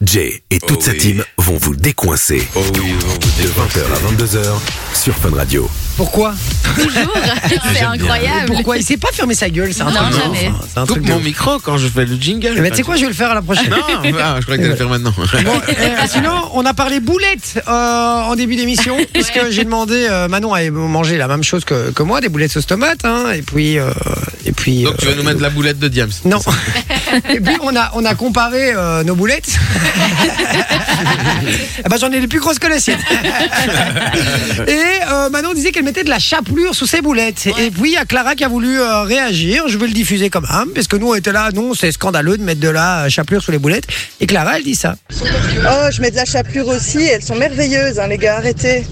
Jay et toute Oh sa oui. team vont vous décoincer Oh oui, on vous de défend. 20h à 22h sur Fun Radio. Pourquoi Ah, Toujours, c'est incroyable. Pourquoi Il sait pas fermer sa gueule, c'est un Non, truc. de- jamais. enfin, C'est un truc Coupe de- mon micro quand je fais le jingle. Eh ben, tu sais quoi, je vais le faire à la prochaine. Non, ah, je crois que t'allais le faire maintenant. Bon, euh, sinon, on a parlé boulettes euh, en début d'émission, puisque j'ai demandé, euh, Manon a mangé la même chose que, que moi, des boulettes sauce tomate, hein, et puis... euh, et puis Donc tu vas euh, nous mettre la boulette de Diams. Non. Et puis on a, on a comparé euh, nos boulettes. Ah bah, J'en ai les plus grosses que la sienne. Et euh, Manon disait qu'elle mettait de la chapelure sous ses boulettes. Et puis il y a Clara qui a voulu euh, réagir. Je vais le diffuser quand même, parce que nous on était là, non, c'est scandaleux de mettre de la euh, chapelure sous les boulettes. Et Clara, elle dit ça. Oh, je mets de la chapelure aussi, elles sont merveilleuses, hein, les gars, arrêtez.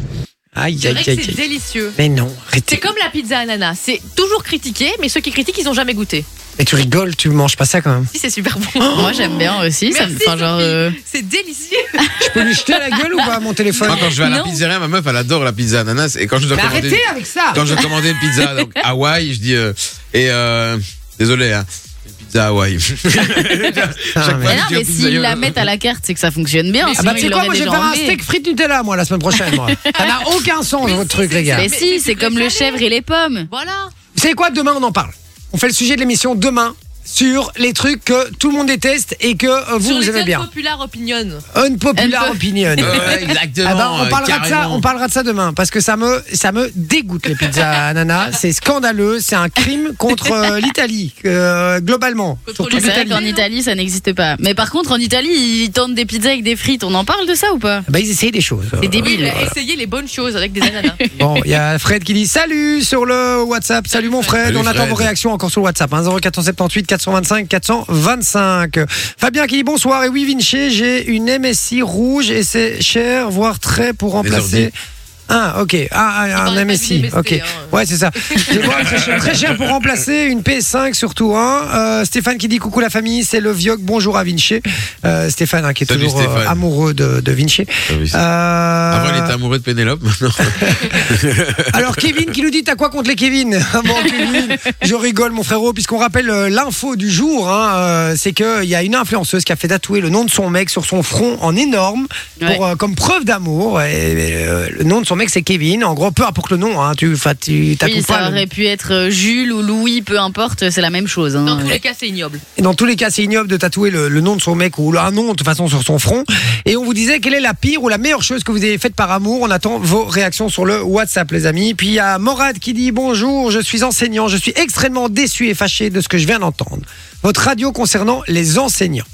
Aïe, C'est aïe, vrai que aïe, c'est aïe. délicieux. Mais non, C'est arrêtez. comme la pizza ananas. C'est toujours critiqué, mais ceux qui critiquent, ils ont jamais goûté. Mais tu rigoles, tu manges pas ça quand même. Si, c'est super bon. Moi j'aime bien aussi, ça me Merci, enfin, genre Sophie. euh, C'est délicieux. Je peux lui jeter à la gueule ou pas mon Ah, téléphone Moi, quand je vais à la Non. pizzeria, ma meuf, elle adore la pizza ananas. Et quand je dois Mais commander, Arrêtez hein. avec ça quand je dois commander une pizza donc, Hawaï, je dis euh, et euh, désolé, hein, une pizza Hawaï. Ah, mais- mais je non, dis au mais s'ils pizzaïolo. la mettent à la carte, c'est que ça fonctionne bien. Ah sinon, bah tu sais ils quoi, l'auraient moi je vais déjà faire un enlevé. steak frites Nutella moi la semaine prochaine moi. Ça n'a aucun sens votre truc les gars. Mais Mais si, c'est c'est comme préféré. le chèvre et les pommes. Voilà. C'est quoi demain on en parle On fait le sujet de l'émission demain sur les trucs que tout le monde déteste et que euh, vous Sur vous les aimez bien. Popular opinion. Unpopular Unpo- opinion. Euh, exactement. Ah ben, on euh, parlera de ça, carrément. on parlera de ça demain parce que ça me ça me dégoûte les pizzas à ananas, c'est scandaleux, c'est un crime contre euh, l'Italie euh, globalement. Contre Surtout les- C'est vrai l'Italie. qu'en Italie ça n'existe pas. Mais par contre en Italie ils tentent des pizzas avec des frites. On en parle de ça ou pas Ah ben, ils essayent des choses. C'est Oui, débile. mais essayez les bonnes choses avec des ananas. Bon, il y a Fred qui dit salut sur le WhatsApp. Salut mon Fred. Salut on attend Fred. vos réactions encore sur le WhatsApp. hein, 0478 425 425. Fabien qui dit bonsoir. Et oui, Vinci, j'ai une MSI rouge et c'est cher, voire très pour remplacer. ordi. Ah, ok. Ah, ah, parle un pas du MSI. MST, Ok. hein. Ouais, c'est ça. Je vois, très, cher, très cher pour remplacer une PS5 surtout. Hein. Euh, Stéphane qui dit coucou la famille, c'est le Vioc. Bonjour à Vinci. Euh, Stéphane hein, qui est Salut, toujours euh, Stéphane. amoureux de, de Vinci. Ah oui, c'est- Euh, Avant, elle était amoureux de Pénélope. Maintenant, Ah alors Kevin qui nous dit t'as quoi contre les Kevin Ah Bon Kevin, je rigole mon frérot puisqu'on rappelle euh, l'info du jour, hein, euh, c'est que il y a une influenceuse qui a fait tatouer le nom de son mec sur son front en énorme pour, Ouais. euh, comme preuve d'amour. Et, euh, le nom de son mec c'est Kevin. En gros peu importe le nom, hein, tu, 'fin, tu tatoues Oui, pas. ça le- aurait pu être euh, Jules ou Louis, peu importe, c'est la même chose. hein. Dans tous les cas, c'est ignoble. Et Dans tous les cas c'est ignoble de tatouer le, le nom de son mec ou un nom de toute façon sur son front. Et on vous disait quelle est la pire ou la meilleure chose que vous avez faite par amour. On attend vos réactions sur le WhatsApp, les amis. Puis il y a Morad qui dit Bonjour, je suis enseignant, je suis extrêmement déçu et fâché de ce que je viens d'entendre. Votre radio concernant les enseignants.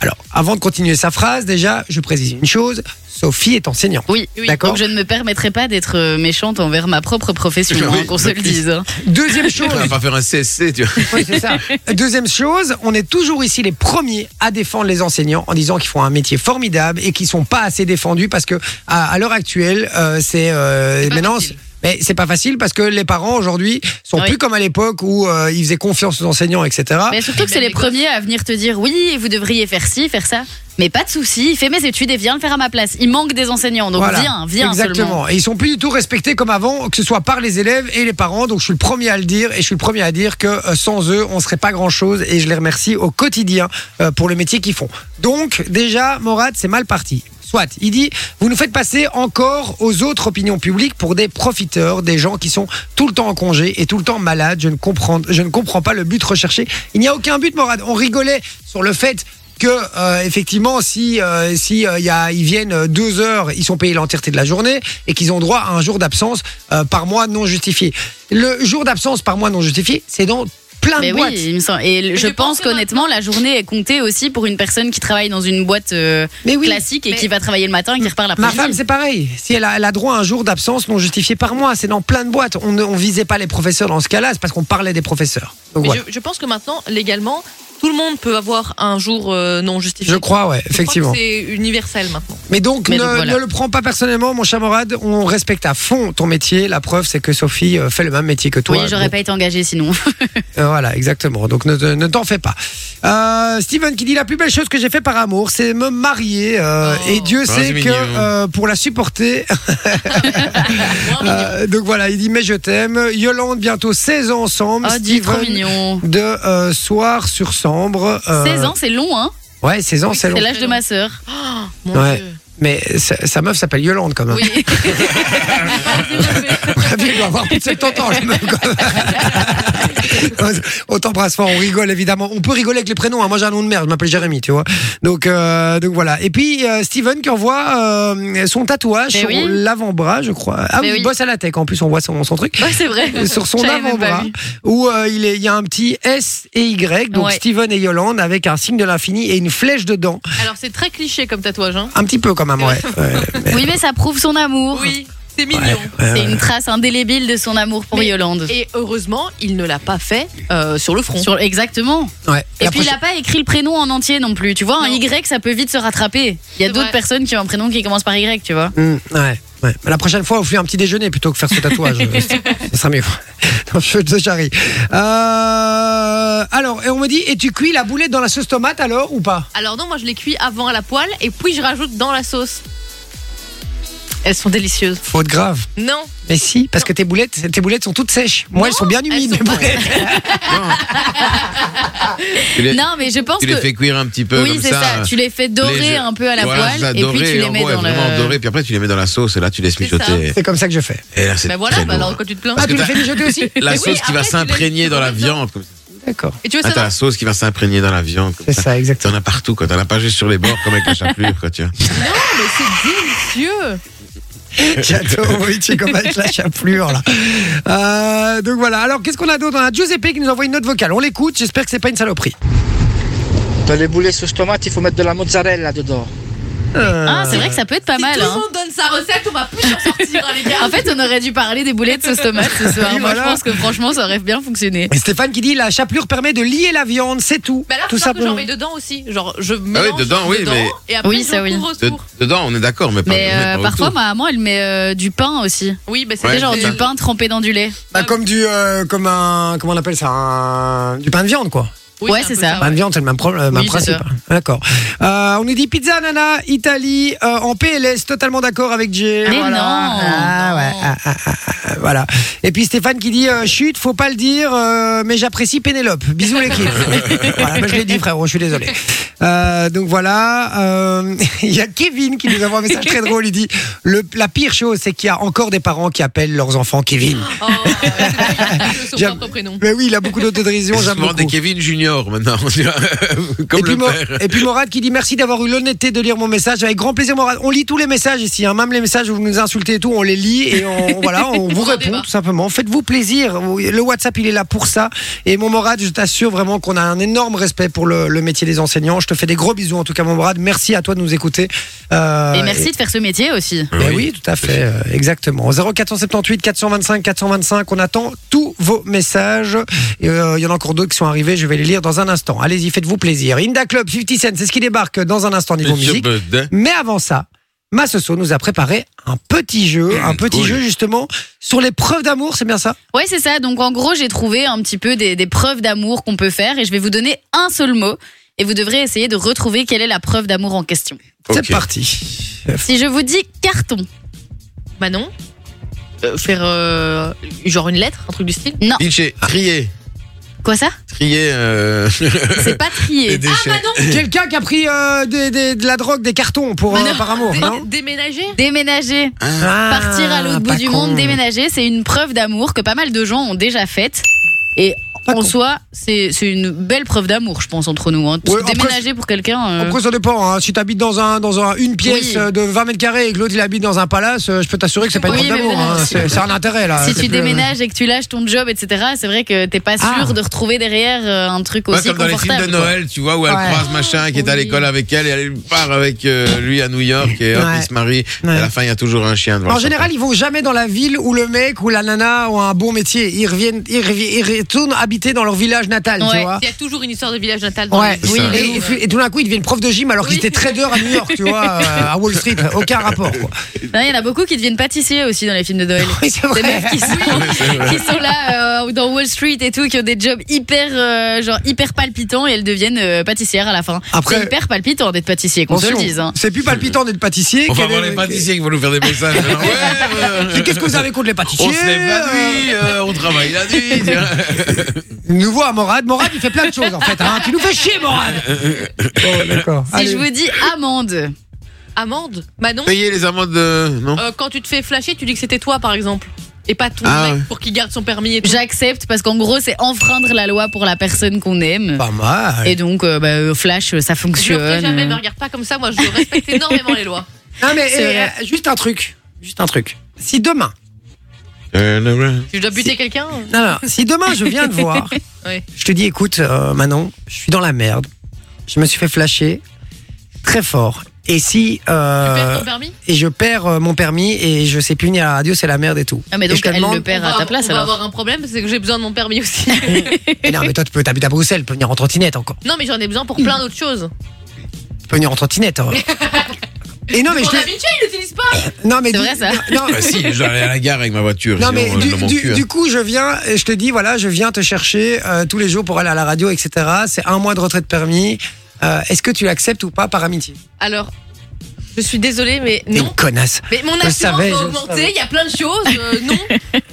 Alors, avant de continuer sa phrase, déjà, je précise une chose Sophie est enseignante. Oui, Oui. d'accord. Donc je ne me permettrai pas d'être euh, méchante envers ma propre profession, Oui, hein, qu'on se le dise. hein. Deuxième chose. on va pas faire un CSC, tu vois. Oui, c'est ça. Deuxième chose, on est toujours ici les premiers à défendre les enseignants en disant qu'ils font un métier formidable et qu'ils sont pas assez défendus parce que à, à l'heure actuelle, euh, c'est euh, pas maintenant. facile. Mais c'est pas facile parce que les parents aujourd'hui sont Oui. plus comme à l'époque où euh, ils faisaient confiance aux enseignants, etc. Mais surtout que c'est même les les gosses. premiers à venir te dire oui, vous devriez faire ci, faire ça. Mais pas de souci, fais mes études et viens le faire à ma place. Il manque des enseignants, donc Voilà. viens, viens Exactement. seulement. Et ils sont plus du tout respectés comme avant, que ce soit par les élèves et les parents. Donc je suis le premier à le dire et je suis le premier à dire que euh, sans eux, on serait pas grand chose. Et je les remercie au quotidien euh, pour le métier qu'ils font. Donc déjà, Morad, c'est mal parti. Soit, il dit, vous nous faites passer encore aux autres opinions publiques pour des profiteurs, des gens qui sont tout le temps en congé et tout le temps malades. Je ne comprends, je ne comprends pas le but recherché. Il n'y a aucun but, Morad. On rigolait sur le fait que euh, effectivement si euh, si euh, y a, ils viennent euh, deux heures ils sont payés l'entièreté de la journée et qu'ils ont droit à un jour d'absence euh, par mois non justifié le jour d'absence par mois non justifié c'est dans plein Mais de oui, boîtes il me semble. Et le- je je pense pense que qu'honnêtement, la journée est comptée aussi pour une personne qui travaille dans une boîte euh, mais oui classique et Mais- qui va travailler le matin et qui repart ma l'après-midi. femme c'est pareil si elle a, elle a droit à un jour d'absence non justifié par mois c'est dans plein de boîtes on ne on visait pas les professeurs dans ce cas-là c'est parce qu'on parlait des professeurs donc Mais voilà. je, je pense que maintenant, légalement, tout le monde peut avoir un jour euh, non je, justifié. crois ouais Je crois que effectivement C'est universel maintenant. mais donc, Mais ne, donc voilà. ne le prends pas personnellement mon cher Morad on respecte à fond ton métier la preuve c'est que Sophie euh, fait le même métier que toi oui, j'aurais Donc, pas été engagée sinon. Euh, Voilà, exactement. Donc ne, ne t'en fais pas. Euh, Steven qui dit la plus belle chose que j'ai fait par amour, c'est me marier. euh, Oh. et Dieu Ah, sait c'est que mignon. euh, pour la supporter. euh, donc voilà, il dit mais je t'aime. Yolande bientôt 16 ans ensemble. Oh, dis trop Steven mignon. de euh, soir sur Sambre. euh, 16 ans, c'est long, hein Ouais, 16 ans, Oui, c'est long. C'est l'âge de ma sœur. Oh, mon Ouais. Dieu. Mais sa, sa meuf s'appelle Yolande quand même. Oui. La fille doit avoir plus de 70 ans. je me- on t'embrasse fort, on rigole évidemment. On peut rigoler avec les prénoms. hein. Moi j'ai un nom de merde, je m'appelle Jérémy, tu vois. Donc, euh, donc voilà. Et puis euh, Steven qui envoie euh, son tatouage Mais sur oui. l'avant-bras, je crois. Ah oui, Mais il oui. bosse à la tech en plus, on voit son, son truc. Ouais, c'est vrai. Sur son J'avais même pas avant-bras, vu. où euh, il est- il y a un petit S et Y, donc Ouais. Steven et Yolande, avec un signe de l'infini et une flèche dedans. Alors, c'est très cliché comme tatouage. Hein. Un petit peu quand même, ouais. Ouais. Oui, mais ça prouve son amour. Oui, c'est mignon. C'est une trace indélébile de son amour pour Mais- Yolande. Et heureusement, il ne l'a pas fait euh, sur le front. Sur- exactement. Ouais. Et La puis il prochaine- a pas écrit le prénom en entier non plus. Tu vois, un Non. Y, ça peut vite se rattraper. Il y a C'est d'autres vrai. personnes qui ont un prénom qui commence par Y, tu vois. Hmm, ouais, ouais. Mais La prochaine fois, on fait un petit déjeuner plutôt que faire ce tatouage. Ce sera mieux. Non, je te charrie. Euh, alors, et on me dit, et tu cuis la boulette dans la sauce tomate alors ou pas Alors non, moi je les cuis avant à la poêle et puis je rajoute dans la sauce. Elles sont délicieuses. Faute grave. Non. Mais si, parce que tes boulettes, tes boulettes sont toutes sèches. Moi, elles sont bien humides. sont mes pas- boulettes. Tu les, Non, mais je pense tu que. les fais cuire un petit peu oui, comme c'est ça. ça. Tu les fais dorer les- un peu à la Voilà, c'est ça, poêle et puis doré, tu les en mets gros, dans ouais, vraiment le. doré, puis après tu les mets dans la sauce et là tu laisses C'est ça. mijoter. C'est comme ça que je fais. Et là c'est Bah voilà, très bah lourd. alors quand tu te plains. Ah, tu que le t'as- fais mijoter aussi La Mais oui, sauce qui va après, tu les s'imprégner mets dans la dans la sauce. viande. comme ça. D'accord. Et tu Ah, veux t'as savoir la sauce qui va s'imprégner dans la viande. comme C'est ça. ça, exactement. T'en as partout, quoi. T'en as pas juste sur les bords, comme avec la chapelure, quoi, tu vois. mais c'est délicieux. J'adore, oui, tu sais comment elle te lâche à plure, là. Euh, donc voilà. Alors, qu'est-ce qu'on a d'autre On a Giuseppe qui nous envoie une note vocale. On l'écoute. J'espère que c'est pas une saloperie. Dans les boulets sauce tomate, il faut mettre de la mozzarella dedans. Ah, c'est vrai que ça peut être pas si mal. tout le hein. monde donne sa recette, on va plus s'en sortir hein, les gars. En fait, on aurait dû parler des boulettes sauce tomate ce soir. Oui, Moi, voilà. je pense que franchement, ça aurait bien fonctionné. Et Stéphane qui dit la chapelure permet de lier la viande, c'est tout. Bah là, tout faut savoir que j'en simplement. mets dedans aussi. Genre, je mélange dedans, Ah oui, mais- et après Oui, je ça, oui. couvre De- autour. dedans, on est d'accord, Ah, mais pas, Mais euh, pas parfois, autour. ma maman, elle met euh, du pain aussi. Oui, bah, Ouais, c'est Genre genre c'est du ça. pain trempé dans du lait. Bah, comme du euh, comme un comment on appelle ça un- du pain de viande quoi. Ah Ouais, c'est ça. Pain de viande c'est le même, pro- le même Oui, c'est principe. ça. hein. D'accord. Euh, on nous dit pizza nana Italie euh, en PLS totalement d'accord avec Jay. Mais voilà. non, Ah, non. ouais, ah, ah, ah, ah, voilà. Et puis Stéphane qui dit euh, chut faut pas le dire euh, mais j'apprécie Pénélope. Bisous l'équipe. voilà, bah, je l'ai dit frérot je suis désolé. Euh, donc voilà, euh, il y a Kevin qui nous envoie un message très drôle. Il dit le, la pire chose, c'est qu'il y a encore des parents qui appellent leurs enfants Kevin. Oh, c'est son J'aime- propre prénom. Mais oui, il a beaucoup d'autodérision, C'est j'aime souvent beaucoup. des Kevin Junior maintenant, tu vois, comme et, puis le Mo- père. et puis Morad qui dit merci d'avoir eu l'honnêteté de lire mon message. Avec grand plaisir, Morad. On lit tous les messages ici, hein, même les messages où vous nous insultez et tout, on les lit et on, voilà, on vous en répond débat. tout simplement. Faites-vous plaisir. Le WhatsApp, il est là pour ça. Et mon Morad, je t'assure vraiment qu'on a un énorme respect pour le, le métier des enseignants. Je te fais des gros bisous en tout cas, mon Morad. Merci à toi de nous écouter. Euh, Et merci de faire ce métier aussi. Ben oui, tout à fait, euh, exactement. 0478 425 425, on attend tous vos messages. Et, euh, Il y en a encore d'autres qui sont arrivés, je vais les lire dans un instant. Allez-y, faites-vous plaisir. Inda Club 50 Cent, c'est ce qui débarque dans un instant niveau Monsieur musique. Bud, hein. Mais avant ça, Massoso nous a préparé un petit jeu, un petit cool. jeu justement sur les preuves d'amour, c'est bien ça Ouais, c'est ça. Donc en gros, j'ai trouvé un petit peu des, des preuves d'amour qu'on peut faire et je vais vous donner un seul mot et vous devrez essayer de retrouver quelle est la preuve d'amour en question. Ok. C'est parti. Si je vous dis carton, Manon Bah Euh, Faire euh, genre une lettre, un truc du style. Pincher, trier, quoi ça trier euh, C'est pas les trier. déchets. Quelqu'un qui a pris euh, des- des- de la drogue, des cartons pour, euh, par amour, Dé- non Déménager Déménager, Ah, Ah, partir à l'autre bout pas du con. monde, déménager, c'est une preuve d'amour que pas mal de gens ont déjà faite. Et Pas en con. soi, c'est c'est une belle preuve d'amour, je pense, entre nous. hein. Parce Ouais, que après, déménager pour quelqu'un. euh, Après, ça dépend. hein. Si tu habites dans, un, dans un, une pièce Oui. euh, de 20 mètres carrés et que l'autre il habite dans un palace, euh, je peux t'assurer que c'est pas une Oui, preuve mais d'amour. bon, hein. si- C'est c'est un intérêt là. Si C'est tu plus, euh, déménages et que tu lâches ton job, etc., c'est vrai que t'es pas sûr Ah. de retrouver derrière euh, un truc Ouais, aussi comme dans les films confortable. de quoi. Noël, tu vois, où elle Ouais. croise machin qui est à Oui. l'école avec elle et elle part avec euh, lui à New York et hop, Ouais. ils se marient. Ouais. À la fin, il y a toujours un chien devant. En le général, ils vont jamais dans la ville où le mec ou la nana ont un bon métier. Ils reviennent, ils, revi- ils retournent habiter dans leur village natal, tu Ouais. vois. Il y a toujours une histoire de village natal. dans Ouais, les- oui, dans les et, livres. et- et tout d'un coup, ils deviennent prof de gym alors qu'ils Oui. étaient traders à New York, tu vois, euh, à Wall Street. Aucun rapport, quoi. Non, Il y en a beaucoup qui deviennent pâtissiers aussi dans les films de Noël. Oui, c'est Des vrai. meufs qui sont, qui sont là euh, dans Wall Street et tout, qui ont des jobs hyper, euh, genre hyper palpitants et elles deviennent euh, pâtissières à la fin. Après- C'est hyper palpitant d'être pâtissier, qu'on se le Attention, dise. hein. C'est plus palpitant d'être pâtissier. On va qu'elle voir est- les pâtissiers qui vont nous faire des messages. Alors, ouais, euh, Qu'est-ce que vous avez contre les pâtissiers on se lève la euh, nuit, euh, on travaille la nuit. tiens. Nouveau à Morad. Morad, il fait plein de choses en fait. Hein. Tu nous fais chier, Morad. Bon, Oh, d'accord. Si Allez. je vous dis amende, Amende Manon Payer les amendes de. Non euh, Quand tu te fais flasher, tu dis que c'était toi, par exemple. Et pas ton Ah, mec ouais. pour qu'il garde son permis et tout. j'accepte parce qu'en gros, c'est enfreindre la loi pour la personne qu'on aime. Pas mal. Et donc, euh, bah, euh, Flash, euh, ça Je le ferai fonctionne. jamais, me regarde pas comme ça. Moi, je respecte énormément les lois. Non, mais C'est eh, vrai. eh, juste un truc. Juste un truc. Si demain, Euh, Si je dois buter quelqu'un, euh, non, non, si demain je viens te voir, Ouais. je te dis écoute, euh, Manon, je suis dans la merde. Je me suis fait flasher très fort. Et si. tu euh, perds ton permis et je perds euh, mon permis et je sais plus venir à la radio, c'est la merde et tout. Ah, mais Et donc, je te elle demande- le perd On va- à ta place On va alors. avoir un problème, c'est que j'ai besoin de mon permis aussi. Mais non, mais toi, tu peux t'habiter à Bruxelles, tu peux venir en trottinette encore. non, mais j'en ai besoin pour plein d'autres choses. Tu peux venir en trottinette. hein. Et non, mais je Mon te- habitué, il l'utilise pas. Non, mais C'est du- vrai, ça Non, Bah si, je dois aller à la gare avec ma voiture. non, sinon, mais euh, du, je m'en du- cul, hein. du coup, je viens et je te dis, voilà, je viens te chercher euh, tous les jours pour aller à la radio, etc. C'est un mois de retrait de permis. Euh, Est-ce que tu l'acceptes ou pas par amitié Alors, je suis désolée, mais T'es non. une connasse. Mais mon Je assurance savais, va je augmenter, savais. il y a plein de choses. euh, non,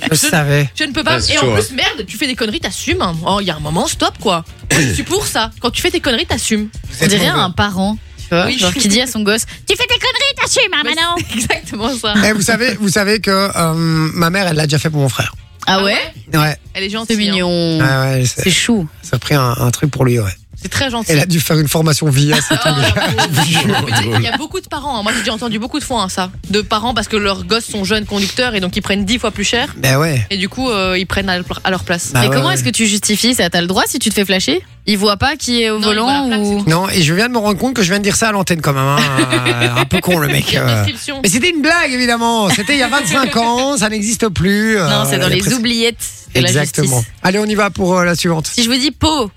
Je le savais. je ne peux pas. Ouais, c'est Et en chaud, plus, merde, tu fais des conneries, t'assumes. hein. Oh, il y a un moment, stop quoi. je suis pour ça. Quand tu fais tes conneries, t'assumes. On dirait un parent, tu vois, Oui. genre qui dit à son gosse Tu fais tes conneries, t'assumes, Bah, hein, maintenant Exactement ça. Et Eh, vous savez, vous savez que euh, ma mère, elle l'a déjà fait pour mon frère. Ah ouais Ouais, Elle est gentille. C'est hein. mignon. ouais, ouais, c'est- C'est chou. ça a pris un, un truc pour lui, ouais. hein. C'est très gentil. Ah, Elle a dû faire une formation VIA, c'est tout. mais- Il y a beaucoup de parents, hein. moi j'ai déjà entendu beaucoup de fois hein, ça, de parents parce que leurs gosses sont jeunes conducteurs et donc ils prennent 10 fois plus cher Ben ouais. et du coup euh, ils prennent à leur- à leur place. Bah mais ouais, comment ouais. est-ce que tu justifies ça T'as le droit si tu te fais flasher Il voit pas qui est au Non, il volant voit la plaque, ou. Non, et je viens de me rendre compte que je viens de dire ça à l'antenne quand même. hein. un peu con le mec. Il y a euh. prescription. Mais c'était une blague évidemment. C'était il y a 25 ans, ça n'existe plus. euh, Non, c'est dans voilà, les presque- oubliettes de la Exactement. justice. Allez, on y va pour euh, la suivante. Si je vous dis Po,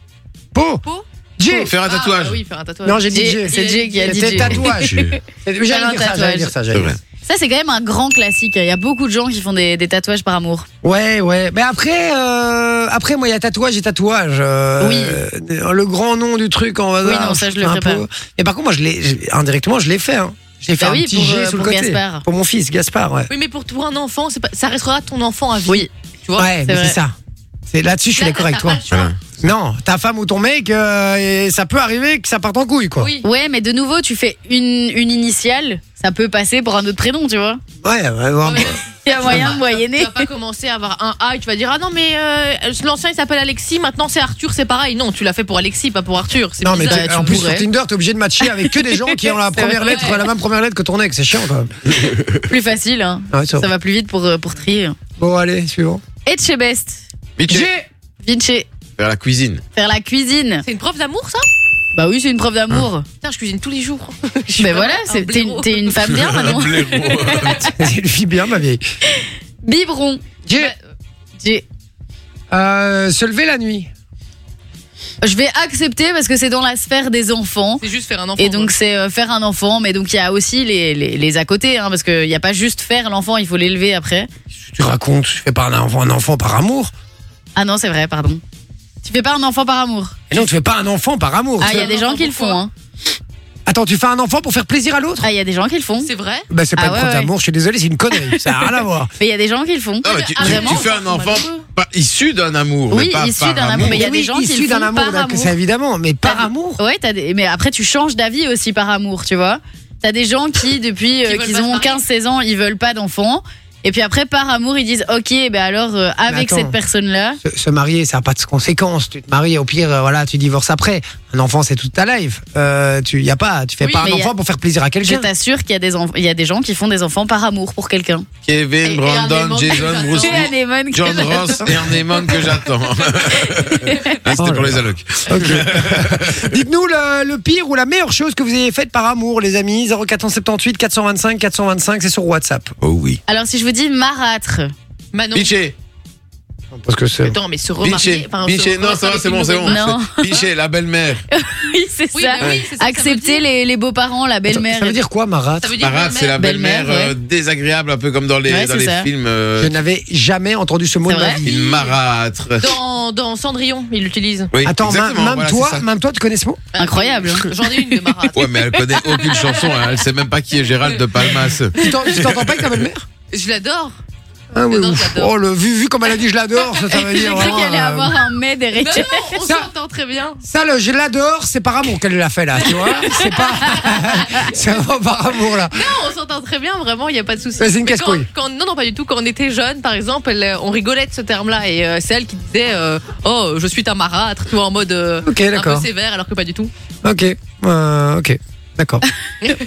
Po, Peau J. Faire un Ah, tatouage. oui, faire un tatouage. Non, j'ai dit J, J. c'est J qui a dit C'était J. tatouage. C'est J'allais dire ça, j'allais dire ça. j'allais vrai. dire ça. Ça, c'est quand même un grand classique. Il y a beaucoup de gens qui font des, des tatouages par amour. Ouais, ouais. Mais après, euh, après moi, il y a tatouage et tatouage. oui. Le grand nom du truc en Oui, non, ça, je le un ferai peu. Mais par contre, moi, je l'ai je- indirectement, je l'ai fait. Hein. J'ai fait Bah un oui, petit pour, J euh, sous pour le côté. Gaspard. Pour mon fils, Gaspard. Ouais. Oui, mais pour toi, un enfant, c'est pas- ça restera ton enfant à vie. Oui. Tu vois ouais, c'est mais vrai. c'est ça. C'est là-dessus, je suis Là, d'accord avec t'as toi. pas le choix. Non, ta femme ou ton mec, euh, et ça peut arriver que ça parte en couille, quoi. Oui. Ouais, mais de nouveau, tu fais une, une initiale, ça peut passer pour un autre prénom, tu vois. Ouais, ouais, bon. Ouais. Il y a moyen de Tu moyenner. vas pas commencer à avoir un A et tu vas dire Ah non, mais euh, l'ancien il s'appelle Alexis, maintenant c'est Arthur, c'est pareil. Non, tu l'as fait pour Alexis, pas pour Arthur. C'est Non, mais bizarre. t'es- tu en plus, sur pourrais. Tinder, t'es obligé de matcher avec que des gens qui ont la première vrai. lettre, la même première lettre que ton ex. C'est chiant, quand même. Plus facile, hein. Ah, Ouais, ça va. Ça va plus vite pour, euh, pour trier. Bon, allez, suivant. Et de chez Best, Mitch, Vinci, Ah, faire la cuisine. faire la cuisine. C'est une preuve d'amour, ça Bah oui, c'est une preuve d'amour. Putain, je cuisine tous les jours. Je suis Mais vraiment Ben voilà, un c'est- t'es une, blaireau. t'es une femme bien maintenant. Ah, Elle vit bien, ma vieille. Biberon. J'ai- J'ai- Bah- Euh, se lever la nuit. Je vais accepter parce que c'est dans la sphère des enfants. C'est juste faire un enfant. Et donc c'est euh, faire un enfant, mais donc il y a aussi les, les, les à côté, hein, parce qu'il n'y a pas juste faire l'enfant, il faut l'élever après. Tu racontes, je fais pas un enfant, un enfant par amour. Ah non, c'est vrai, pardon. Tu fais pas un enfant par amour. Et non, tu fais pas un enfant par Oh, amour. Ah, Tu il y a fais- des gens qui le font. Hein. Attends, tu fais un enfant pour faire plaisir à l'autre Ah, il y a des gens qui le font. quoi. C'est vrai Bah, c'est pas Ah une ouais, preuve ouais. d'amour, je suis désolé, c'est une connerie. ça a rien à voir. Mais il y a des gens qui le font. Non, mais tu, Ah, tu- vraiment, tu fais un enfant pas- issu d'un amour. Oui, mais pas issu par d'un amour, mais il y a Oui, des gens qui issus le d'un font amour, par d'accord, amour. Ah, c'est évidemment, mais par T'as- amour. Ouais, t'as des... mais après tu changes d'avis aussi par amour, tu vois. T'as des gens qui, depuis euh, veulent qu'ils pas se ont marier. 15-16 ans, ils veulent pas d'enfants. Et puis après, par amour, ils disent Ok, ben alors euh, avec attends. cette personne-là. se, se marier, ça n'a pas de conséquences. Tu te maries, au pire, euh, voilà, tu divorces après. Un enfant, c'est toute ta life. Euh, tu y a pas, tu fais Oui, pas un mais y a- enfant pour faire plaisir à Je quelqu'un. t'assure qu'il y, a des enf- il y a des gens qui font des enfants par amour pour quelqu'un. Et- et Kevin, Brandon, Arnaud, Jason, j'attends. Bruce C'est Oui. Lee, l'anémone que John j'adore. Ross et Arnemon que j'attends. Oh Ah, Oh C'était là pour les allocs. Ok. Dites-nous le, le pire ou la meilleure chose que vous ayez faite par amour, les amis. 0478 425 425, c'est sur WhatsApp. Oh oui. Alors si je vous dis marâtre, Manon. Piché, Parce que c'est. Attends, mais se remarquer. Piché, enfin, se Piché, non, remettre ça va, avec c'est une bon, c'est nouvelle bon. Non. Piché, la belle-mère. oui c'est Oui, ça. bah oui, c'est ça que ça veut Accepter dire. les, les beaux-parents, la belle-mère. Ça veut dire quoi, Marat Ça veut dire Parade, c'est la Belle-mère, belle-mère euh, désagréable, un peu comme dans les, Ouais, dans c'est les ça. films. euh, Je n'avais jamais entendu ce mot C'est de ma vrai vie. une marâtre. dans, dans Cendrillon, il l'utilise. Oui, Attends, ma- exactement, même, voilà, c'est toi, ça. même toi, tu connais ce mot Incroyable. hein. J'en ai une de Marat. Ouais, mais elle connaît aucune chanson, hein, elle sait même pas qui est Gérald de Palmas. Tu t'en- tu t'entends pas avec ta belle-mère Je l'adore. Ah oui, Dedans, ouf. je l'adore. Oh, le, vu, vu comme elle a dit je l'adore, ça, ça veut J'ai dire. cru vraiment, qu'il allait euh, avoir un mais derrière. Non, non, on Ça- s'entend très bien. Ça, le je l'adore, c'est par amour qu'elle l'a fait là, tu vois. C'est pas. c'est vraiment par amour là. Non, on s'entend très bien, vraiment, il n'y a pas de souci. Mais c'est une Mais quand, casse-couille. quand- Non, non, pas du tout. Quand on était jeunes, par exemple, elle, euh, on rigolait de ce terme-là. Et euh, c'est elle qui disait euh, Oh, je suis ta marâtre, tu vois, en mode euh, Ok, un peu d'accord. sévère, alors que pas du tout. Ok. Euh, ok. D'accord.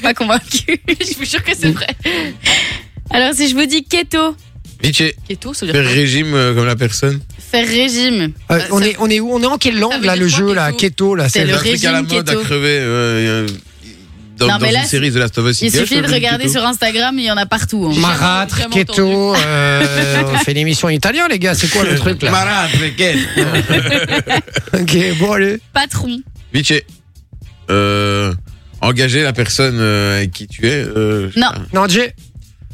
Pas convaincu. je vous jure que Mm. c'est vrai. Alors, si je vous dis keto, Nietzsche, Keto, ça veut faire dire. régime euh, comme la personne. faire régime. Euh, Ah, ça- on, est, on est où On est en quelle Ça langue veut là, dire le quoi, jeu là keto Keto là, c'est C'est le un truc à la régime mode à keto. crever. euh, euh, dans Non, mais dans là, une série de Last of Us, Il y a ce suffit de régime regarder keto. sur Instagram, il y en a partout. hein. marâtre, Jamais entendu. keto. euh, on fait l'émission en italien, les gars. C'est quoi le truc là Marâtre, quel Ok, bon allez. Patron. Nietzsche, euh, engager la personne euh, avec qui tu es. euh, je sais Non. pas. Non, Jay.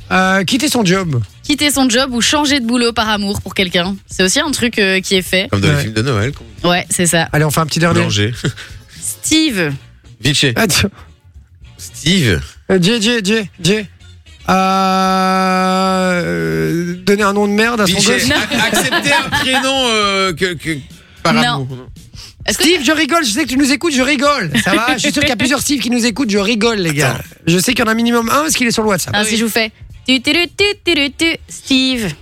Euh, quitter son job. Quitter son job ou changer de boulot par amour pour quelqu'un. C'est aussi un truc euh, qui est fait. Comme dans Ouais. les films de Noël. comme Ouais, c'est ça. Allez, on fait un petit dernier. Boulanger. Steve. Nietzsche, Attends. Steve. Euh, Jay, Jay, Jay, Jay. Euh, donner un nom de merde à son Nietzsche, gosse. ac- accepter un prénom euh, que, que- par Non. amour. Est-ce que- Steve, je rigole, je sais que tu nous écoutes, je rigole. Ça va Je suis sûr qu'il y a plusieurs Steve qui nous écoutent, je rigole, les gars. Je sais qu'il y en a minimum un parce qu'il est sur le WhatsApp. Ah, Si je vous fais. tu, tu, tu, tu, tu, tu, Steve.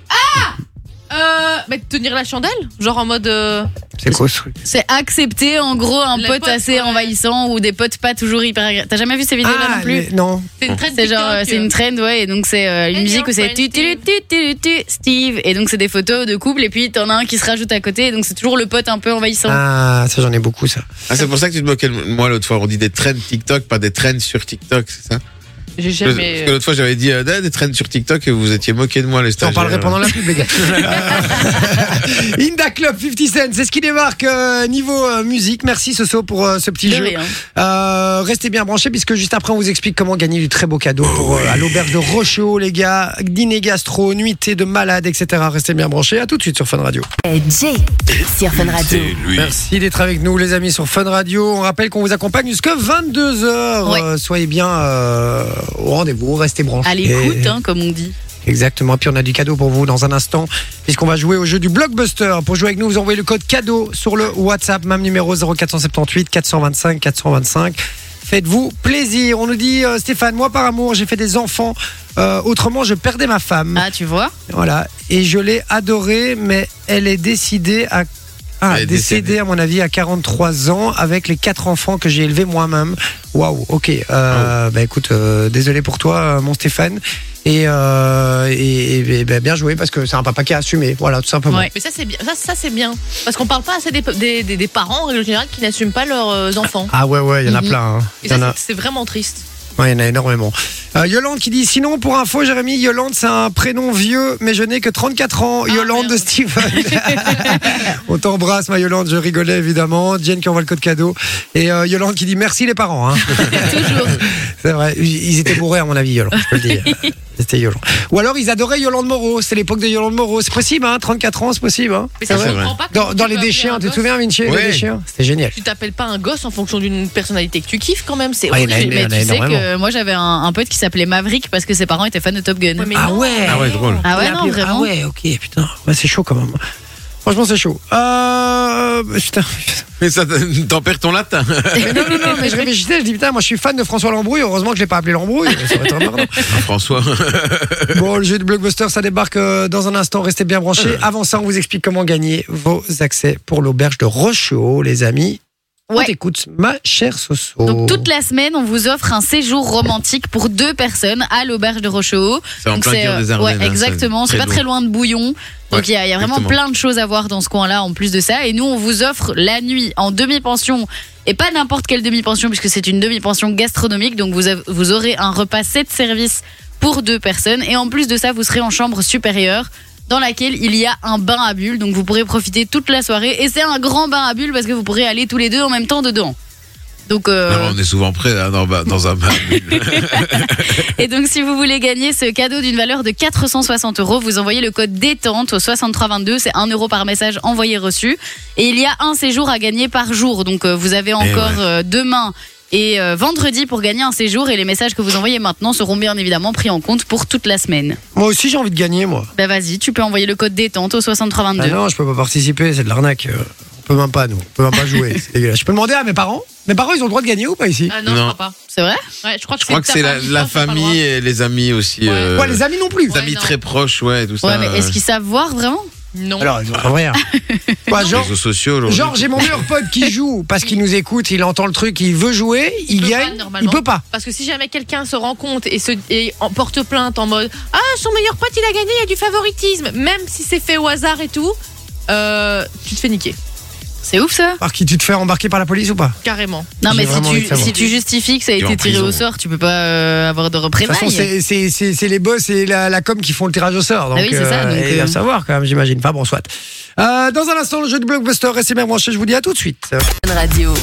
Euh, mais tenir la chandelle Genre en mode. euh, C'est quoi ce truc C'est accepter en gros un Les pote, potes, assez ouais. envahissant ou des potes pas toujours hyper agréables. T'as jamais vu ces vidéos-là non plus mais- Ah, non. C'est une traite C'est genre, euh, TikTok, c'est une trend, ouais, et donc c'est euh, une Hello, musique où c'est friend tu, tu, tu, tu, tu, Steve, et donc c'est des photos de couple, et puis t'en as un qui se rajoute à côté, et donc c'est toujours le pote un peu envahissant. Ah, ça j'en ai beaucoup, ça. Ah, c'est pour ça que tu te moquais de moi l'autre fois. On dit des trends TikTok, pas des trends sur TikTok, c'est ça J'ai Parce jamais. que l'autre fois, j'avais dit euh, Ah, des trends sur TikTok et vous vous étiez moqué de moi, les T'en stagiaires. parlerai pendant la pub, les gars. Inda Club 50 Cent, c'est ce qui démarque euh, niveau euh, musique. Merci Soso pour euh, ce petit De jeu. rien. Euh, restez bien branchés puisque juste après on vous explique comment gagner du très beau cadeau pour, euh, à l'auberge de Rocheau, les gars. Dîner gastro, nuitée de malade, etc. Restez bien branchés. À tout de suite sur Fun Radio. Et Jay sur Fun Radio. Euh, lui. Merci d'être avec nous, les amis, sur Fun Radio. On rappelle qu'on vous accompagne jusqu'à 22h. Ouais. soyez bien euh, au rendez-vous, restez branchés. À Eh. l'écoute, hein, comme on dit. Exactement. Puis on a du cadeau pour vous dans un instant, puisqu'on va jouer au jeu du blockbuster. Pour jouer avec nous, vous envoyez le code cadeau sur le WhatsApp, même numéro 0478 425 425. Faites-vous plaisir. On nous dit, euh, Stéphane, moi par amour, j'ai fait des enfants. Euh, autrement, je perdais ma femme. Ah, tu vois Voilà. Et je l'ai adorée, mais elle est décidée à. Ah, Elle est décédée, décédée. à mon avis, à 43 ans, avec les quatre enfants que j'ai élevés moi-même. Waouh, ok. Euh, Bah écoute, euh, désolé pour toi, euh, mon Stéphane. Et, euh, et, et- et, bah, bien joué, parce que c'est un papa qui a assumé. Voilà, tout simplement. Ouais. euh, Mais ça c'est bien, ça, ça, c'est bien, parce qu'on parle pas assez des, des, des- des parents en règle générale qui n'assument pas leurs euh, enfants. Ah ouais, ouais, il y en a Mhm. plein. hein. Mm-hmm. Et Il y en ça a. c'est c'est vraiment triste. Ouais, il y en a énormément. Euh, Yolande qui dit Sinon, pour info, Jérémy, Yolande, c'est un prénom vieux, mais je n'ai que 34 ans. Yolande de Ah, merde. Steven. On t'embrasse, ma Yolande, je rigolais évidemment. Jen qui envoie le code cadeau. Et euh, Yolande qui dit Merci les parents. hein. Toujours. c'est vrai, ils étaient bourrés, à mon avis, Yolande, je peux le dire. C'était Yolande. Ou alors, ils adoraient Yolande Moreau. C'est l'époque de Yolande Moreau. C'est possible, hein, 34 ans, c'est possible. hein. Mais ça C'est je vrai. comprends pas. comment Dans, tu dans peux les appeler déchets, un tu te gosse- souviens, Vinci Ouais. Les déchets, c'était génial. Tu t'appelles pas un gosse en fonction d'une personnalité que tu kiffes quand même, c'est Ah, il y en a horrible. une- Mais en a tu sais énormément. que moi j'avais un, un pote qui s'appelait Maverick parce que ses parents étaient fans de Top Gun. Ouais, mais Ah non. ouais. Ah ouais, drôle. Ah ouais, Elle a non, appelé- vraiment. Ah ouais, ok, putain. Ouais, c'est chaud quand même. Franchement, c'est chaud. Euh, putain. Mais ça, t'en perds ton latin. Mais non, non, non, mais je réfléchissais, je dis putain, moi je suis fan de François Lambrouille, heureusement que je l'ai pas appelé Lambrouille. ça aurait été emmerdant. Ah, François. Bon, le jeu de blockbuster, ça débarque euh, dans un instant, restez bien Euh. branchés. Avant ça, on vous explique comment gagner vos accès pour l'auberge de Rocheau, les amis. On Ouais. t'écoute, ma chère Soso. Donc toute la semaine, on vous offre un séjour romantique pour deux personnes à l'auberge de Rocheau. C'est en Donc, plein c'est, cœur euh, des Ardennes. ouais, hein, exactement. C'est pas très lourd. loin de Bouillon. Ouais, Donc il y, a- il y a vraiment exactement. plein de choses à voir dans ce coin-là en plus de ça. Et nous, on vous offre la nuit en demi-pension. Et pas n'importe quelle demi-pension, puisque c'est une demi-pension gastronomique. Donc vous, av- vous aurez un repas 7 services pour deux personnes. Et en plus de ça, vous serez en chambre supérieure dans laquelle il y a un bain à bulles. Donc vous pourrez profiter toute la soirée. Et c'est un grand bain à bulles parce que vous pourrez aller tous les deux en même temps dedans. Donc, euh, Non, on est souvent prêts hein, dans, dans un bain. Et donc, si vous voulez gagner ce cadeau d'une valeur de 460 euros, vous envoyez le code détente au 6322. C'est 1 euro par message Eh envoyé reçu. Et il y a un séjour à gagner par jour. Donc, euh, vous avez encore euh, demain. et euh, vendredi pour gagner un séjour. Et les messages que vous envoyez maintenant seront bien évidemment pris en compte pour toute la semaine. Moi aussi, j'ai envie de gagner, moi. Bah vas-y, tu peux envoyer le code détente au Ah 6322. non, je peux pas participer, c'est de l'arnaque. euh, On peut même pas, nous. On peut même pas jouer. c'est dégueulasse. Je peux demander à mes parents Mes parents, ils ont le droit de gagner ou pas ici Ah non, je Non. crois pas. c'est vrai Ouais, je crois que Je crois que c'est ta la, la non, t'as pas le famille et les amis aussi. Ouais. euh, Ouais, les amis non plus. les amis non. très proches, ouais, et tout ça. Ouais, mais est-ce euh, qu'ils savent voir vraiment droit. Non. Alors, ils ont pas vrai. hein. Quoi, les genre, réseaux sociaux aujourd'hui. genre j'ai mon meilleur pote qui joue parce qu'il nous écoute, il entend le truc, il veut jouer, il, peut pas, gagne, il normalement. peut pas. Parce que si jamais quelqu'un se rend compte et, se, et en porte plainte en mode Ah, son meilleur pote, il a gagné, il y a du favoritisme, même si c'est fait au hasard et tout, euh, tu te fais niquer, C'est ouf ça Par qui tu te fais embarquer par la police ou pas carrément. Non, J'ai mais vraiment envie si de tu, savoir. si tu justifies que ça a Tu vas été en tiré prison. au sort, tu peux pas euh, avoir de De toute façon, c'est- représailles. c'est c'est- c'est les boss et la, la com qui font le tirage au sort. Donc, Ah oui, c'est ça, donc, et il va euh, savoir quand même, j'imagine. Pas bon, soit. Euh, dans un instant, le jeu de blockbuster, restez bien branchés, je vous dis à tout de suite. Fun Radio.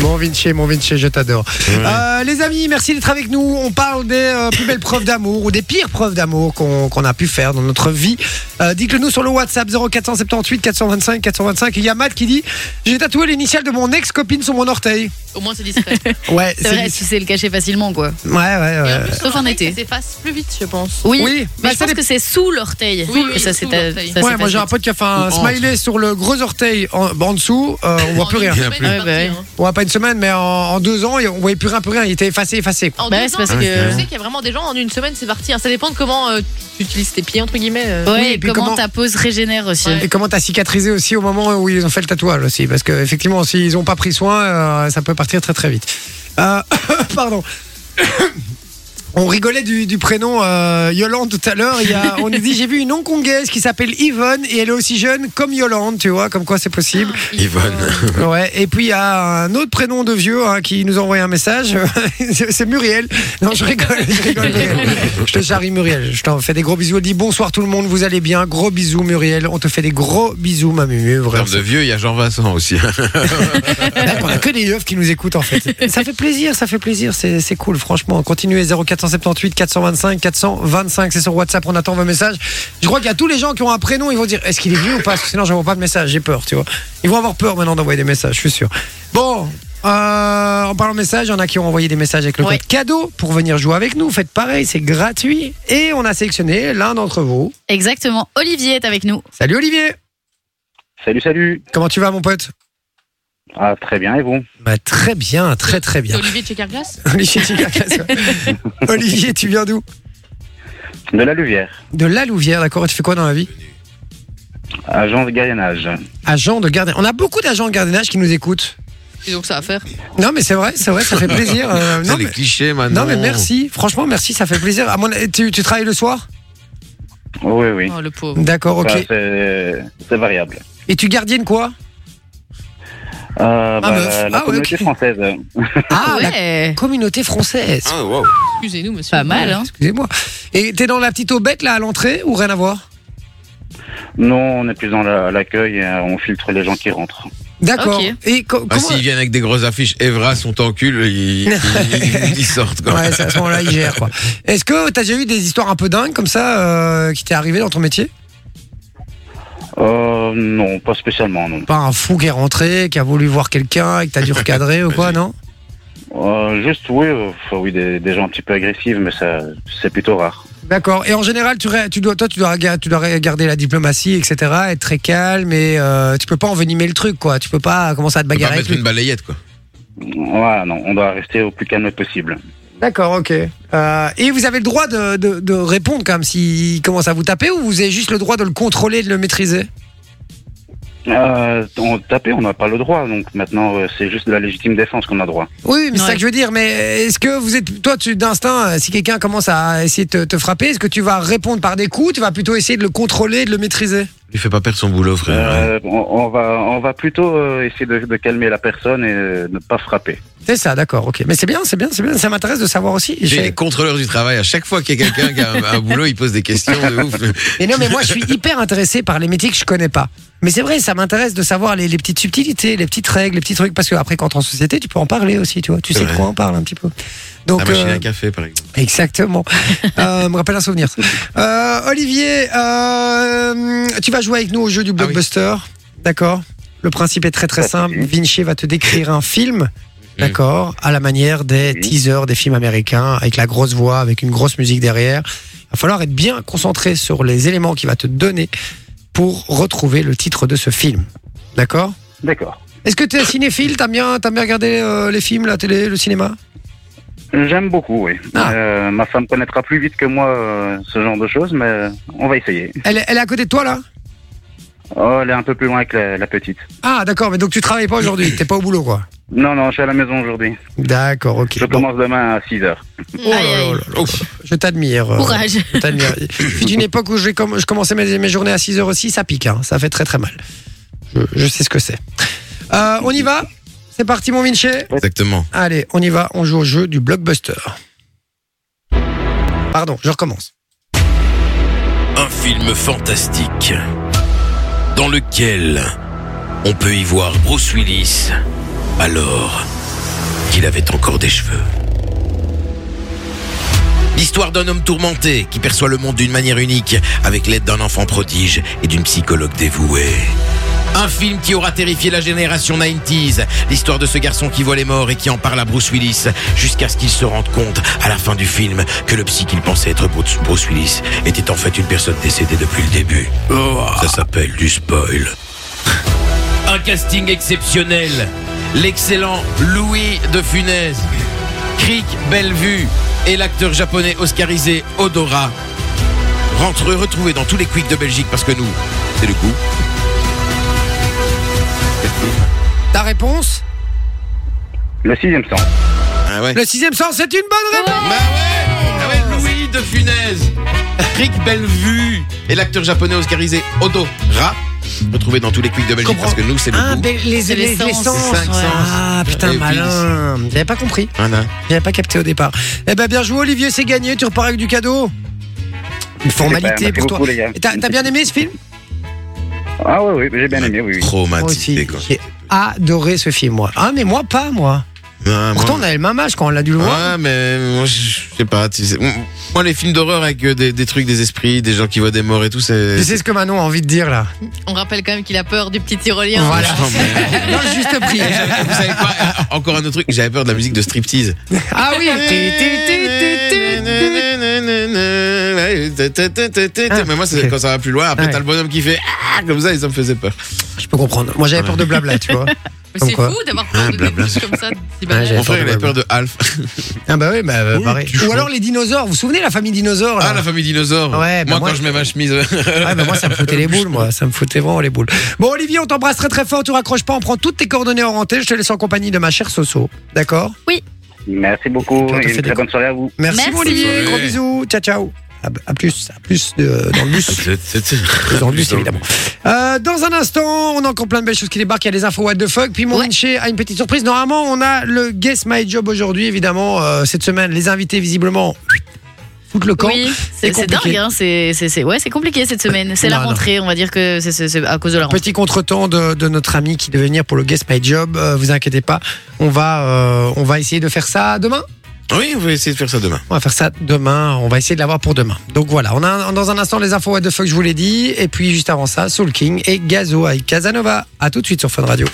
Mon Vinci, mon Vinci, je t'adore. Euh, les amis, merci d'être avec nous. On parle des euh, plus belles preuves d'amour ou des pires preuves d'amour qu'on qu'on a pu faire dans notre vie. Euh, Dites-le nous sur le WhatsApp 0478 425 425. Il y a Matt qui dit J'ai tatoué l'initiale de mon ex-copine sur mon orteil. Au moins, c'est discret. Ouais, C'est vrai, tu sais le cacher facilement quoi. Ouais, ouais, Et en ouais. plus, Sauf on en sait été. que Ça s'efface plus vite, je pense. Oui, Oui, bah, mais je ça pense dé- que c'est sous l'orteille. Oui, oui, que ça sous c'est ta- l'orteil. ça, Ouais, c'est moi j'ai un facile. pote qui a fait un Ou en- smiley sur le gros orteil en, en dessous, euh, on voit plus rien. Il y a plus. Ouais, bah hein. ouais. On voit pas une semaine, mais en, en deux ans, on voyait plus rien, plus rien. Il était effacé, effacé. quoi. En Bah, deux c'est ans, parce tu que- sais qu'il y a vraiment des gens en une semaine, c'est parti. hein. Ça dépend de comment euh, tu utilises tes pieds, entre guillemets. euh. Ouais, Oui, et et puis comment, comment- ta pose régénère aussi. Ouais. Et comment t'as cicatrisé aussi au moment où ils ont fait le tatouage aussi Parce que effectivement, s'ils ont pas pris soin, euh, ça peut partir très très vite. Euh, pardon. On rigolait du, du prénom euh, Yolande tout à l'heure. Il y a- On nous dit j'ai vu une Hongkongaise qui s'appelle Yvonne et elle est aussi jeune comme Yolande, tu vois, comme quoi c'est possible. Yvonne. Ouais. Et puis il y a un autre prénom de vieux hein, qui nous envoie un message. c'est c'est Muriel. Non, je rigole, je rigole. Muriel. Je te charrie Muriel. Je t'en fais des gros bisous. Elle dit bonsoir tout le monde, vous allez bien. Gros bisous Muriel. On te fait des gros bisous ma mumu. En Vraiment. termes de vieux, il y a Jean-Vincent aussi. hein. Mec, on a que des yeux qui nous écoutent en fait. Ça fait plaisir, ça fait plaisir. C'est c'est cool, franchement. Continuez 0478 425 425. C'est sur WhatsApp. On attend vos messages. Je crois qu'il y a tous les gens qui ont un prénom. Ils vont dire est-ce qu'il est vieux ou pas Parce que sinon, je vois pas de message. J'ai peur, tu vois. Ils vont avoir peur maintenant d'envoyer des messages, je suis sûr. Bon. euh, en parlant de messages, il y en a qui ont envoyé des messages avec le Ouais. code cadeau pour venir jouer avec nous. Faites pareil, c'est gratuit. Et on a sélectionné l'un d'entre vous. Exactement. Olivier est avec nous. Salut Olivier Salut, salut. Comment tu vas mon pote Ah, très bien, et vous bah, Très bien, très très bien. euh, Olivier de chez Carglass Olivier, tu viens d'où Olivier, tu viens d'où De la Luvière, De la Louvière, d'accord. Et tu fais quoi dans la vie agent de gardiennage. Agent de gardiennage. On a beaucoup d'agents de gardiennage qui nous écoutent. Ils ont que ça à faire. Non, mais c'est vrai, c'est vrai, ça fait plaisir. Euh, C'est non, les mais, clichés maintenant. non, mais merci. Franchement, merci, ça fait plaisir. À mon- tu, tu travailles le soir Oui, oui. Oh, le pauvre. D'accord, ok. Ça, c'est c'est variable. Et tu gardiennes quoi Euh, bah, meuf. la Ah, ouais, communauté ok. française. Ah, la ouais. communauté française. Ah, wow. Excusez-nous, monsieur. Pas mal, hein. Excusez-moi. Et t'es dans la petite aubette là à l'entrée ou rien à voir Non, on est plus dans la- l'accueil, euh, on filtre les gens qui rentrent. D'accord. Ok. Et co- Ah, comment S'ils viennent avec des grosses affiches, Evra, son en cul, ils, ils- ils sortent. Quoi. Ouais, c'est à ce moment-là, ils gèrent quoi. Est-ce que t'as déjà eu des histoires un peu dingues comme ça euh, qui t'est arrivé dans ton métier Euh, non, pas spécialement, non. Pas un fou qui est rentré, qui a voulu voir quelqu'un et que t'as dû recadrer ou quoi, non Euh, juste, oui, euh, enfin, oui des, des gens un petit peu agressifs, mais ça, c'est plutôt rare. D'accord. Et en général, tu, ré- tu dois, toi, tu dois, ga- tu dois garder la diplomatie, etc. Être très calme et euh, tu peux pas envenimer le truc, quoi. Tu peux pas commencer à te Faut pas bagarrer avec mettre lui. une balayette, quoi. Ouais, non, on doit rester au plus calme possible. D'accord, ok. Euh, et vous avez le droit de, de, de répondre quand même s'il commence à vous taper ou vous avez juste le droit de le contrôler, de le maîtriser Euh, on taper, on n'a pas le droit, donc maintenant, euh, c'est juste de la légitime défense qu'on a droit. Oui, mais c'est ça Ouais. que je veux dire. Mais est-ce que vous êtes, toi, tu d'instinct, euh, si quelqu'un commence à essayer de te, te frapper, est-ce que tu vas répondre par des coups Tu vas plutôt essayer de le contrôler, de le maîtriser Il fait pas perdre son boulot, frère. Euh, on, on va, on va plutôt euh, essayer de, de calmer la personne et euh, ne pas frapper. C'est ça, d'accord, ok. Mais c'est bien, c'est bien, c'est bien. Ça m'intéresse de savoir aussi. J'ai les J'ai- contrôleurs du travail. À chaque fois qu'il y a quelqu'un qui a un, un boulot, il pose des questions de ouf. Mais non, mais moi, je suis hyper intéressé par les métiers que je connais pas. Mais c'est vrai, ça m'intéresse de savoir les, les petites subtilités, les petites règles, les petits trucs. Parce que après, quand en société, tu peux en parler aussi, tu vois. Tu sais C'est de vrai. Ah, quoi on parle un petit peu. Donc, La machine euh, à café, par exemple. exactement. euh, me rappelle un souvenir. Euh, Olivier, euh, tu vas jouer avec nous au jeu du oui. blockbuster, d'accord Le principe est très très simple. Vinci va te décrire un film. d'accord À la manière des Oui. teasers des films américains, avec la grosse voix, avec une grosse musique derrière. Il va falloir être bien concentré sur les éléments qu'il va te donner pour retrouver le titre de ce film. D'accord D'accord. Est-ce que t'es cinéphile T'aimes bien, t'aimes bien regarder euh, les films, la télé, le cinéma J'aime beaucoup, oui. Ah. Euh, ma femme connaîtra plus vite que moi euh, ce genre de choses, mais euh, on va essayer. elle, est- elle est à côté de toi là Oh, elle est un peu plus loin que la, la petite. Ah d'accord, mais donc tu travailles pas aujourd'hui, t'es pas au boulot quoi. Non, non, je suis à la maison aujourd'hui. D'accord, ok. Je Bon. commence demain à 6 heures. Oh là Aïe, là aïe. là là. Je t'admire. euh, Courage. je t'admire. Il fut une époque où j'ai comm- je commençais mes, mes journées à 6h aussi, ça pique, hein. ça fait très très mal. Je, je sais ce que c'est. Euh, on y va C'est parti mon Vinci Exactement. Allez, on y va, on joue au jeu du blockbuster. Pardon, je recommence. Un film fantastique dans lequel on peut y voir Bruce Willis alors qu'il avait encore des cheveux. L'histoire d'un homme tourmenté qui perçoit le monde d'une manière unique avec l'aide d'un enfant prodige et d'une psychologue dévouée. Un film qui aura terrifié la génération 90s. L'histoire de ce garçon qui voit les morts et qui en parle à Bruce Willis jusqu'à ce qu'il se rende compte à la fin du film que le psy qu'il pensait être Bruce Bruce Willis était en fait une personne décédée depuis le début. Ça s'appelle du spoil. Un casting exceptionnel. L'excellent Louis de Funès, Crick Bellevue et l'acteur japonais oscarisé Odora rentrent retrouvés dans tous les quicks de Belgique parce que nous, c'est le coup. Ta réponse Le sixième sens. Ah ouais. Le sixième sens, c'est une bonne réponse Bah ouais, ah ouais, Louis de Funès, Rick Bellevue et l'acteur japonais oscarisé Odo Ra, retrouvé dans tous les quicks de Belgique Comprends. parce que nous c'est le Ah, goût. ben, les, C'est les, les les sens. sens, Cinq ouais. sens. Eh Ah Et putain puis- malin J'avais pas compris, Voilà. j'avais pas capté au départ. Eh ben bien joué Olivier, c'est gagné, tu repars avec du cadeau. Une Super, formalité merci pour toi. beaucoup, les gars. Et T'as t'as bien aimé ce film Ah oui, oui, j'ai bien aimé, oui. oui. Traumatisé Moi quoi. aussi, J'ai adoré ce film, moi. Ah, mais moi, pas, moi. Ah, Pourtant, moi- on avait le même âge quand on l'a dû le voir. Ouais, mais moi, je je sais pas. tu sais- moi, les films d'horreur avec euh, des, des trucs, des esprits, des gens qui voient des morts et tout, c'est. Tu sais ce que Manon a envie de dire, là. On rappelle quand même qu'il a peur du petit tyrolien. Voilà. Non, mais- Dans le juste prix. Vous savez quoi euh, Encore un autre truc. J'avais peur de la musique de striptease. Ah oui. Mais moi, c'est ok. quand ça va plus loin. Après, Ouais. t'as le bonhomme qui fait Ah comme ça et ça me faisait peur. Je peux comprendre. Moi, j'avais peur de blabla, tu vois. Mais Comme C'est quoi. fou d'avoir peur de des Blabla. trucs comme ça. si Ouais, banal. j'ai- Mon frère, il avait peur de Alf. Ah bah oui, bah euh, pareil. tu Ou choix. alors les dinosaures. Vous vous souvenez la famille dinosaure là Ah, la famille dinosaure. Ouais, bah moi, moi, quand je mets ma chemise. Ouais, bah moi, ça me foutait les boules, moi. Ça me foutait vraiment les boules. Bon, Olivier, on t'embrasse très très fort. Tu raccroches pas. On prend toutes tes coordonnées en rentrée. Je te laisse en compagnie de ma chère Soso. D'accord Merci beaucoup On te et fait une des très bonne soirée à vous. Merci, Merci. mon Olivier. Bonne Gros soirée. bisous. Ciao, ciao. À, à plus, à plus de- dans le bus. dans le bus, évidemment. Euh, dans un instant, on a encore plein de belles choses qui débarquent. Il y a des infos what the fuck. Puis mon Ouais. Vinci a une petite surprise. Normalement, on a le Guess My Job aujourd'hui, évidemment. euh, cette semaine, les invités, visiblement, foutent le camp. Oui, c'est c'est c'est compliqué. dingue, hein, c'est c'est- c'est- ouais, c'est compliqué cette semaine. C'est la Non, non. rentrée, on va dire que c'est- c'est c'est à cause de la rentrée. Petit contretemps de, de notre ami qui devait venir pour le Guess My Job. Euh, vous inquiétez pas, on va, euh, on va essayer de faire ça demain. Oui, on va essayer de faire ça demain. On va faire ça demain. On va essayer de l'avoir pour demain. Donc voilà, on a un- dans un instant les infos what the fuck, je vous l'ai dit. Et puis juste avant ça, Soul King et Gazo avec Casanova. À tout de suite sur Fun Radio.